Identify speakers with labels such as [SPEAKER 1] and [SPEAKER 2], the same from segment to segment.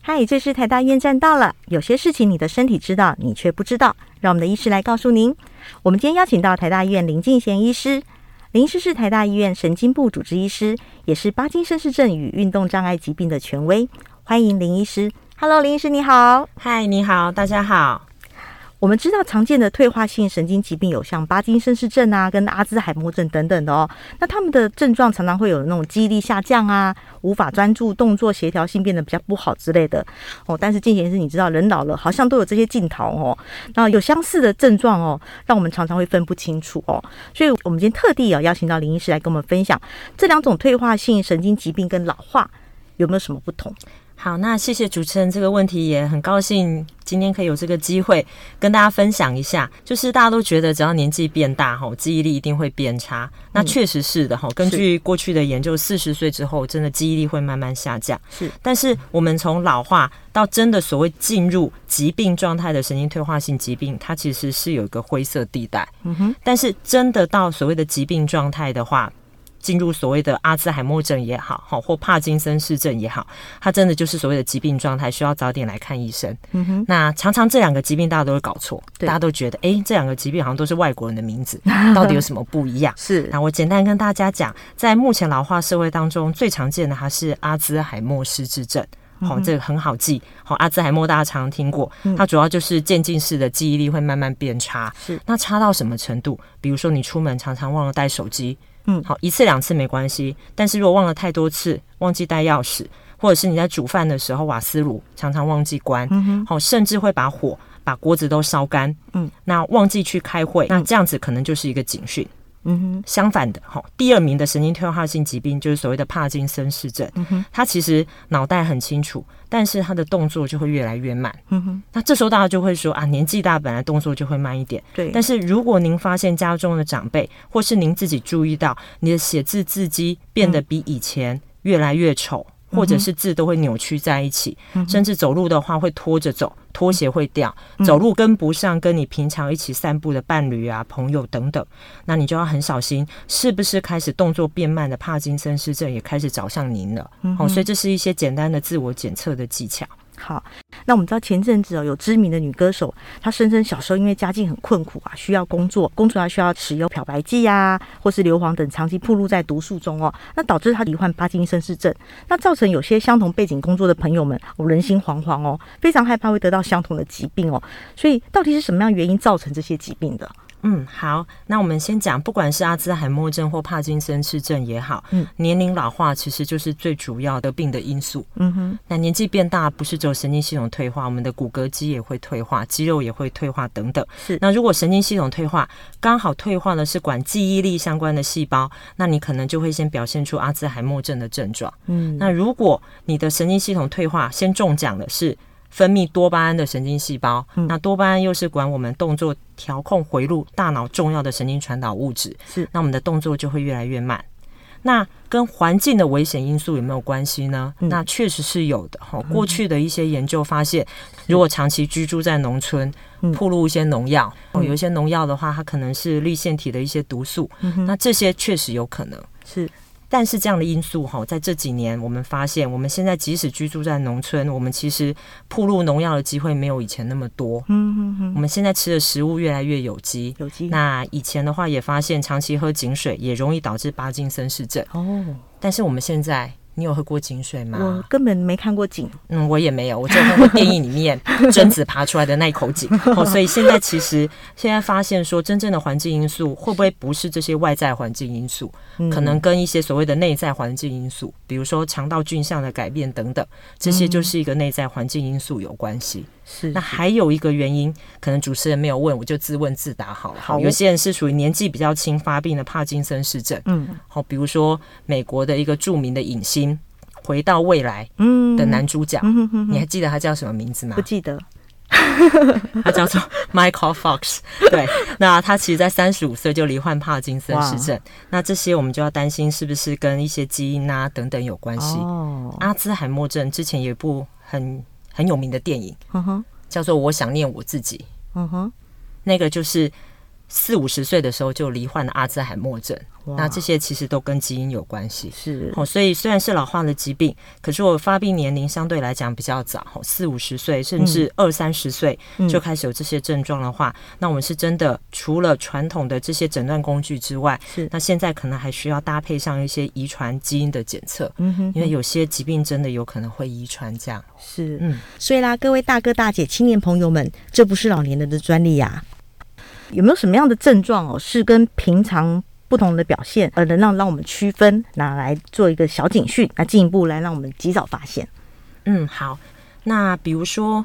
[SPEAKER 1] 嗨，这是台大医院站到了。有些事情你的身体知道，你却不知道，让我们的医师来告诉您。我们今天邀请到台大医院林敬贤医师，林医师是台大医院神经部主治医师，也是巴金森氏症与运动障碍疾病的权威。欢迎林医师。Hello，林医师你好。
[SPEAKER 2] 嗨，你好，大家好。
[SPEAKER 1] 我们知道常见的退化性神经疾病有像巴金森氏症啊、跟阿兹海默症等等的哦。那他们的症状常常会有那种记忆力下降啊、无法专注、动作协调性变得比较不好之类的哦。但是进贤是你知道，人老了好像都有这些镜头哦。那有相似的症状哦，让我们常常会分不清楚哦。所以我们今天特地有、哦、邀请到林医师来跟我们分享这两种退化性神经疾病跟老化有没有什么不同。
[SPEAKER 2] 好，那谢谢主持人这个问题，也很高兴今天可以有这个机会跟大家分享一下。就是大家都觉得只要年纪变大，吼，记忆力一定会变差，那确实是的，吼。根据过去的研究，四十岁之后，真的记忆力会慢慢下降。
[SPEAKER 1] 是，
[SPEAKER 2] 但是我们从老化到真的所谓进入疾病状态的神经退化性疾病，它其实是有一个灰色地带。
[SPEAKER 1] 嗯哼，
[SPEAKER 2] 但是真的到所谓的疾病状态的话，进入所谓的阿兹海默症也好，好或帕金森氏症也好，它真的就是所谓的疾病状态，需要早点来看医生。
[SPEAKER 1] 嗯哼，
[SPEAKER 2] 那常常这两个疾病大家都会搞错，
[SPEAKER 1] 对
[SPEAKER 2] 大家都觉得哎、诶这两个疾病好像都是外国人的 名字，到底有什么不一样？
[SPEAKER 1] 是
[SPEAKER 2] 那我简单跟大家讲，在目前老化社会当中，最常见的还是阿兹海默失智症。
[SPEAKER 1] 嗯
[SPEAKER 2] 好、这个很好记。好、阿兹海默大家常听过，它主要就是渐进式的记忆力会慢慢变差。
[SPEAKER 1] 是
[SPEAKER 2] 那差到什么程度？比如说你出门常常忘了带手机，
[SPEAKER 1] 嗯
[SPEAKER 2] 好一次两次没关系，但是如果忘了太多次，忘记带钥匙，或者是你在煮饭的时候瓦斯炉常常忘记关，
[SPEAKER 1] 嗯哼，
[SPEAKER 2] 好、甚至会把火把锅子都烧干，
[SPEAKER 1] 嗯，
[SPEAKER 2] 那忘记去开会，那这样子可能就是一个警讯。
[SPEAKER 1] 嗯哼，
[SPEAKER 2] 相反的，哈，第二名的神经退化性疾病就是所谓的帕金森氏症。他其实脑袋很清楚，但是他的动作就会越来越慢。
[SPEAKER 1] 嗯哼，
[SPEAKER 2] 那这时候大家就会说啊，年纪大本来动作就会慢一点。
[SPEAKER 1] 对，
[SPEAKER 2] 但是如果您发现家中的长辈，或是您自己注意到你的写字字迹变得比以前越来越丑，或者是字都会扭曲在一起，
[SPEAKER 1] 嗯
[SPEAKER 2] 甚至走路的话会拖着走，拖鞋会掉，走路跟不上跟你平常一起散步的伴侣啊、朋友等等，那你就要很小心，是不是开始动作变慢的帕金森氏症也开始找上您了？
[SPEAKER 1] 嗯
[SPEAKER 2] 哦，所以这是一些简单的自我检测的技巧。
[SPEAKER 1] 好，那我们知道前阵子哦，有知名的女歌手，她声称小时候因为家境很困苦啊，需要工作，工作还啊需要使用漂白剂呀、或是硫磺等，长期暴露在毒素中哦，那导致她罹患帕金森氏症，那造成有些相同背景工作的朋友们，哦、人心惶惶哦，非常害怕会得到相同的疾病哦，所以到底是什么样原因造成这些疾病的？
[SPEAKER 2] 嗯，好，那我们先讲，不管是阿兹海默症或帕金森氏症也好，
[SPEAKER 1] 嗯，
[SPEAKER 2] 年龄老化其实就是最主要的病的因素。
[SPEAKER 1] 嗯哼，
[SPEAKER 2] 那年纪变大，不是只有神经系统退化，我们的骨骼肌也会退化，肌肉也会退化等等。
[SPEAKER 1] 是
[SPEAKER 2] 那如果神经系统退化，刚好退化的是管记忆力相关的细胞，那你可能就会先表现出阿兹海默症的症状。
[SPEAKER 1] 嗯，
[SPEAKER 2] 那如果你的神经系统退化，先中奖的是分泌多巴胺的神经细胞，
[SPEAKER 1] 嗯
[SPEAKER 2] 那多巴胺又是管我们动作调控回路大脑重要的神经传导物质，
[SPEAKER 1] 是
[SPEAKER 2] 那我们的动作就会越来越慢。那跟环境的危险因素有没有关系呢？
[SPEAKER 1] 嗯
[SPEAKER 2] 那确实是有的哈。过去的一些研究发现，如果长期居住在农村
[SPEAKER 1] 嗯，
[SPEAKER 2] 暴露一些农药，哦有一些农药的话，它可能是绿腺体的一些毒素，
[SPEAKER 1] 嗯哼
[SPEAKER 2] 那这些确实有可能。
[SPEAKER 1] 是
[SPEAKER 2] 但是这样的因素哈，在这几年我们发现，我们现在即使居住在农村，我们其实铺入农药的机会没有以前那么多。
[SPEAKER 1] 嗯哼哼，
[SPEAKER 2] 我们现在吃的食物越来越有机。
[SPEAKER 1] 有机
[SPEAKER 2] 那以前的话也发现，长期喝井水也容易导致巴金森氏症。
[SPEAKER 1] 哦，
[SPEAKER 2] 但是我们现在，你有喝过井水
[SPEAKER 1] 我
[SPEAKER 2] 吗？
[SPEAKER 1] 根本没看过景，
[SPEAKER 2] 嗯，我也没有，我就喝过电影里 面贞子爬出来的那一口井。哦，所以现在其实现在发现说，真正的环境因素会不会不是这些外在环境因素？
[SPEAKER 1] 嗯
[SPEAKER 2] 可能跟一些所谓的内在环境因素，比如说肠道菌相的改变等等，这
[SPEAKER 1] 嗯
[SPEAKER 2] 些就是一个内在环境因素有关系。
[SPEAKER 1] 是
[SPEAKER 2] 那还有一个原因，可能主持人没有问，我就自问自答好了。
[SPEAKER 1] 好
[SPEAKER 2] 有些人是属于年纪比较轻发病的帕金森氏症，
[SPEAKER 1] 嗯
[SPEAKER 2] 好，比如说美国的一个著名的影星《回到未来》
[SPEAKER 1] 嗯
[SPEAKER 2] 的男主角，
[SPEAKER 1] 嗯哼哼，
[SPEAKER 2] 你还记得他叫什么名字吗
[SPEAKER 1] 不？记得
[SPEAKER 2] 他叫做 Michael Fox。对，那他其实在三十五岁就罹患帕金森氏症。那这些我们就要担心是不是跟一些基因啊等等有关系。
[SPEAKER 1] 哦，
[SPEAKER 2] 阿兹海默症之前有一部很很有名的电影，
[SPEAKER 1] 嗯哼
[SPEAKER 2] 叫做《我想念我自己》，
[SPEAKER 1] 嗯哼。
[SPEAKER 2] 那个就是四五十岁的时候就罹患了阿兹海默症。那这些其实都跟基因有关系。
[SPEAKER 1] 是
[SPEAKER 2] 哦，所以虽然是老化的疾病，可是我发病年龄相对来讲比较早，哦四五十岁甚至二三十岁
[SPEAKER 1] 嗯
[SPEAKER 2] 就开始有这些症状的话，那我们是真的除了传统的这些诊断工具之外，
[SPEAKER 1] 是，
[SPEAKER 2] 那现在可能还需要搭配上一些遗传基因的检测，
[SPEAKER 1] 嗯哼
[SPEAKER 2] 因为有些疾病真的有可能会遗传这样。
[SPEAKER 1] 是，
[SPEAKER 2] 嗯，
[SPEAKER 1] 所以啦，各位大哥大姐、青年朋友们，这不是老年人的专利呀、有没有什么样的症状哦，是跟平常不同的表现，呃，能让让我们区分，拿来做一个小警讯，那进一步来让我们及早发现。
[SPEAKER 2] 嗯，好。那比如说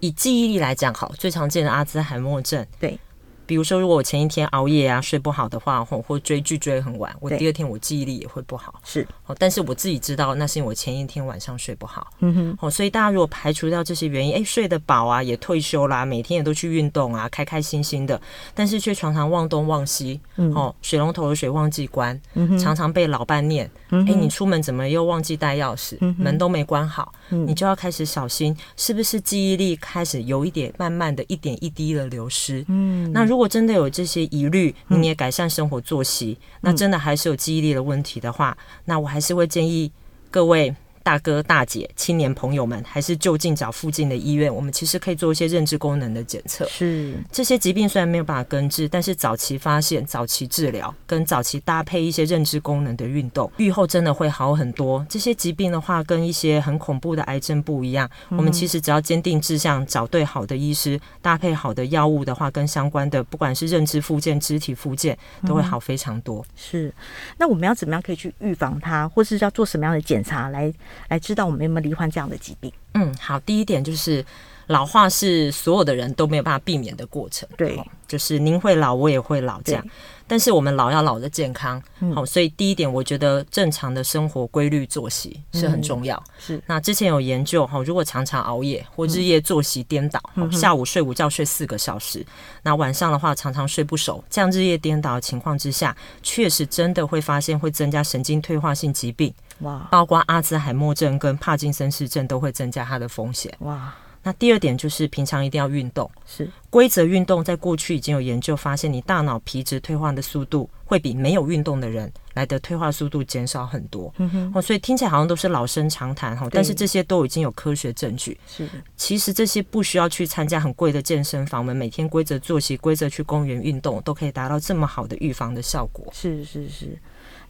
[SPEAKER 2] 以记忆力来讲，好，最常见的阿兹海默症，
[SPEAKER 1] 对。
[SPEAKER 2] 比如说，如果我前一天熬夜啊，睡不好的话，或或追剧追很晚，我
[SPEAKER 1] 对
[SPEAKER 2] 第二天我记忆力也会不好。
[SPEAKER 1] 是，
[SPEAKER 2] 哦，但是我自己知道，那是因为我前一天晚上睡不好。
[SPEAKER 1] 嗯哼，
[SPEAKER 2] 哦，所以大家如果排除掉这些原因，哎，睡得饱啊，也退休啦，每天也都去运动啊，开开心心的，但是却常常忘东忘西，
[SPEAKER 1] 嗯
[SPEAKER 2] 哦，水龙头的水忘记关，
[SPEAKER 1] 嗯哼，
[SPEAKER 2] 常常被老伴念，
[SPEAKER 1] 嗯
[SPEAKER 2] 哎，
[SPEAKER 1] 哼
[SPEAKER 2] 你出门怎么又忘记带钥匙，
[SPEAKER 1] 嗯哼
[SPEAKER 2] 门都没关好，
[SPEAKER 1] 嗯
[SPEAKER 2] 你就要开始小心，是不是记忆力开始有一点慢慢的一点一滴的流失？
[SPEAKER 1] 嗯，
[SPEAKER 2] 那如果真的有这些疑虑，你也改善生活作息，
[SPEAKER 1] 嗯
[SPEAKER 2] 那真的还是有记忆力的问题的话，那我还是会建议各位大哥大姐、青年朋友们，还是就近找附近的医院，我们其实可以做一些认知功能的检测。
[SPEAKER 1] 是，
[SPEAKER 2] 这些疾病虽然没有办法根治，但是早期发现、早期治疗跟早期搭配一些认知功能的运动，愈后真的会好很多。这些疾病的话，跟一些很恐怖的癌症不一样，我们其实只要坚定志向，找对好的医师，搭配好的药物的话，跟相关的不管是认知附件、肢体附件，都会好非常多。
[SPEAKER 1] 是，那我们要怎么样可以去预防它，或是要做什么样的检查来来知道我们有没有罹患这样的疾病？
[SPEAKER 2] 嗯，好，第一点就是老化是所有的人都没有办法避免的过程，
[SPEAKER 1] 对
[SPEAKER 2] 哦就是您会老，我也会老这样
[SPEAKER 1] 对。
[SPEAKER 2] 但是我们老要老的健康，好、
[SPEAKER 1] 嗯
[SPEAKER 2] 所以第一点，我觉得正常的生活规律作息是很重要。
[SPEAKER 1] 是，
[SPEAKER 2] 那之前有研究哈、哦如果常常熬夜或日夜作息颠倒、哦下午睡午觉睡四个小时，那晚上的话常常睡不熟，这样日夜颠倒的情况之下，确实真的会发现会增加神经退化性疾病，
[SPEAKER 1] 哇
[SPEAKER 2] 包括阿兹海默症跟帕金森氏症都会增加它的风险。
[SPEAKER 1] 哇，
[SPEAKER 2] 那第二点就是平常一定要运动，
[SPEAKER 1] 是，
[SPEAKER 2] 规则运动在过去已经有研究发现，你大脑皮质退化的速度会比没有运动的人来的退化速度减少很多。
[SPEAKER 1] 嗯哼，
[SPEAKER 2] 哦，所以听起来好像都是老生常谈哈，但是这些都已经有科学证据。
[SPEAKER 1] 是，
[SPEAKER 2] 其实这些不需要去参加很贵的健身房，我们每天规则作息、规则去公园运动，都可以达到这么好的预防的效果。
[SPEAKER 1] 是是是，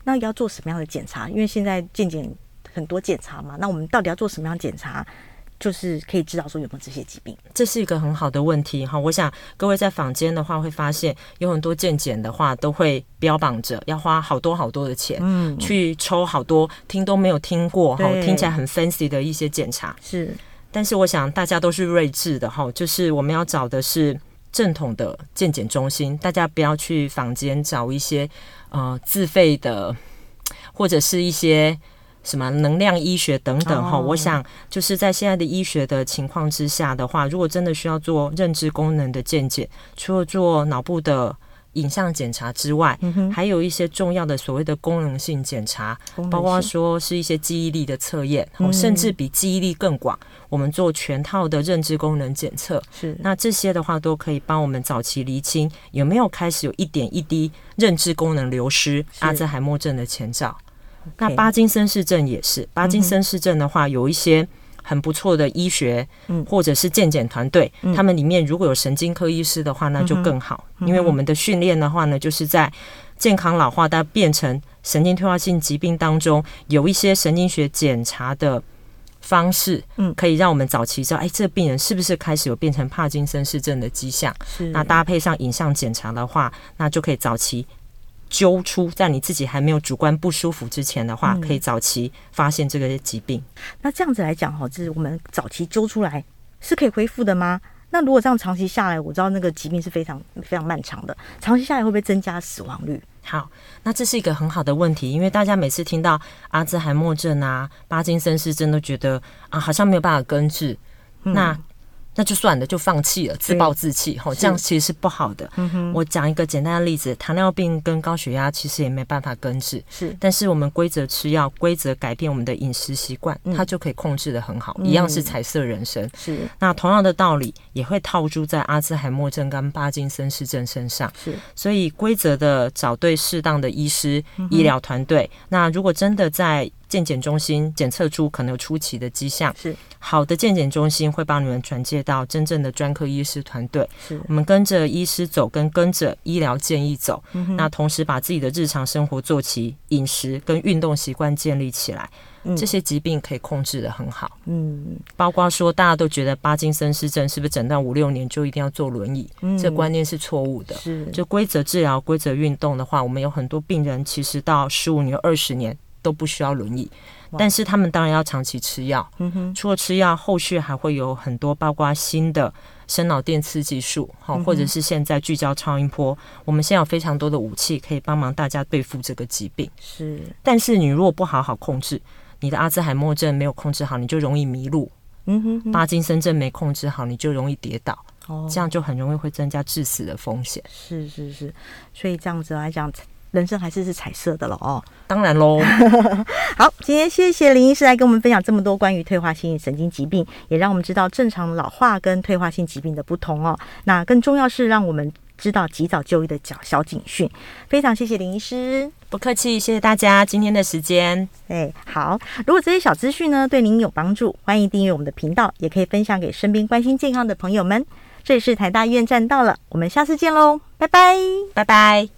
[SPEAKER 1] 那要做什么样的检查？因为现在健检很多检查嘛，那我们到底要做什么样的检查，就是可以知道说有没有这些疾病？
[SPEAKER 2] 这是一个很好的问题哈。我想各位在坊间的话，会发现有很多健检的话都会标榜着要花好多好多的钱，
[SPEAKER 1] 嗯，
[SPEAKER 2] 去抽好多听都没有听过哈，
[SPEAKER 1] 对
[SPEAKER 2] 听起来很 fancy 的一些检查。
[SPEAKER 1] 是，
[SPEAKER 2] 但是我想大家都是睿智的哈，就是我们要找的是正统的健检中心，大家不要去坊间找一些呃自费的，或者是一些。什么能量医学等等哈
[SPEAKER 1] 哦
[SPEAKER 2] 我想就是在现在的医学的情况之下的话，如果真的需要做认知功能的健检，除了做脑部的影像检查之外，
[SPEAKER 1] 嗯哼，
[SPEAKER 2] 还有一些重要的所谓的功能性检查，
[SPEAKER 1] 功能
[SPEAKER 2] 包括
[SPEAKER 1] 性
[SPEAKER 2] 说是一些记忆力的测验，哦
[SPEAKER 1] 嗯
[SPEAKER 2] 甚至比记忆力更广，我们做全套的认知功能检测。
[SPEAKER 1] 是
[SPEAKER 2] 那这些的话，都可以帮我们早期厘清有没有开始有一点一滴认知功能流失、
[SPEAKER 1] 是
[SPEAKER 2] 阿兹海默症的前兆。那
[SPEAKER 1] OK 嗯
[SPEAKER 2] 巴金森氏症也是，巴金森氏症的话，有一些很不错的医学、
[SPEAKER 1] 嗯
[SPEAKER 2] 或者是健检团队，
[SPEAKER 1] 嗯
[SPEAKER 2] 他们里面如果有神经科医师的话，那就更好，因为
[SPEAKER 1] 嗯
[SPEAKER 2] 我们的训练的话呢，就是在健康老化但变成神经退化性疾病当中，有一些神经学检查的。方式，
[SPEAKER 1] 嗯
[SPEAKER 2] 可以让我们早期知道，哎，这病人是不是开始有变成帕金森氏症的迹象？
[SPEAKER 1] 是
[SPEAKER 2] 那搭配上影像检查的话，那就可以早期揪出，在你自己还没有主观不舒服之前的话，
[SPEAKER 1] 嗯
[SPEAKER 2] 可以早期发现这个疾病。
[SPEAKER 1] 那这样子来讲哈，就是我们早期揪出来是可以恢复的吗？那如果这样长期下来，我知道那个疾病是非常非常漫长的，长期下来会不会增加死亡率？
[SPEAKER 2] 好，那这是一个很好的问题，因为大家每次听到阿兹
[SPEAKER 1] 嗯
[SPEAKER 2] 海默症啊、巴金森氏症，都觉得啊，好像没有办法根治。那那就算了，就放弃了，自暴自弃，吼，这样其实是不好的。
[SPEAKER 1] 嗯
[SPEAKER 2] 我讲一个简单的例子，糖尿病跟高血压其实也没办法根治，
[SPEAKER 1] 是
[SPEAKER 2] 但是我们规则吃药，规则改变我们的饮食习惯，它就可以控制的很好，一样是彩色人生。
[SPEAKER 1] 是
[SPEAKER 2] 那同样的道理也会套住在阿兹海默症跟帕金森氏症身上。
[SPEAKER 1] 是，
[SPEAKER 2] 所以规则的找对适当的医师、
[SPEAKER 1] 嗯
[SPEAKER 2] 医疗团队。那如果真的在健检中心检测出可能有初期的迹象，
[SPEAKER 1] 是
[SPEAKER 2] 好的健检中心会帮你们转介到真正的专科医师团队。
[SPEAKER 1] 是
[SPEAKER 2] 我们跟着医师走，跟跟着医疗建议走。
[SPEAKER 1] 嗯
[SPEAKER 2] 那同时把自己的日常生活作息、饮食跟运动习惯建立起来，
[SPEAKER 1] 嗯
[SPEAKER 2] 这些疾病可以控制的很好。
[SPEAKER 1] 嗯
[SPEAKER 2] 包括说大家都觉得帕金森氏症是不是诊断五六年就一定要坐轮椅？
[SPEAKER 1] 嗯
[SPEAKER 2] 这观念是错误的。
[SPEAKER 1] 是
[SPEAKER 2] 就规则治疗、规则运动的话，我们有很多病人其实到十五年、二十年都不需要轮椅，但是他们当然要长期吃药。
[SPEAKER 1] 嗯哼
[SPEAKER 2] 除了吃药，后续还会有很多包括新的生脑电刺激术，好、或者是现在聚焦超音波，我们现在有非常多的武器可以帮忙大家对付这个疾病。
[SPEAKER 1] 是
[SPEAKER 2] 但是你如果不好好控制，你的阿兹海默症没有控制好，你就容易迷路；
[SPEAKER 1] 嗯哼哼
[SPEAKER 2] 帕金森症没控制好，你就容易跌倒，
[SPEAKER 1] 哦
[SPEAKER 2] 这样就很容易会增加致死的风险。
[SPEAKER 1] 是是是，所以这样子来讲，人生还是是彩色的了哦。
[SPEAKER 2] 当然喽。
[SPEAKER 1] 好，今天谢谢林医师来跟我们分享这么多关于退化性神经疾病，也让我们知道正常老化跟退化性疾病的不同哦。那更重要是让我们知道及早就医的小小警讯。非常谢谢林医师。
[SPEAKER 2] 不客气，谢谢大家今天的时间。
[SPEAKER 1] 哎，好！如果这些小资讯呢对您有帮助，欢迎订阅我们的频道，也可以分享给身边关心健康的朋友们。这里是台大医院站到了，我们下次见喽，拜拜。
[SPEAKER 2] 拜拜。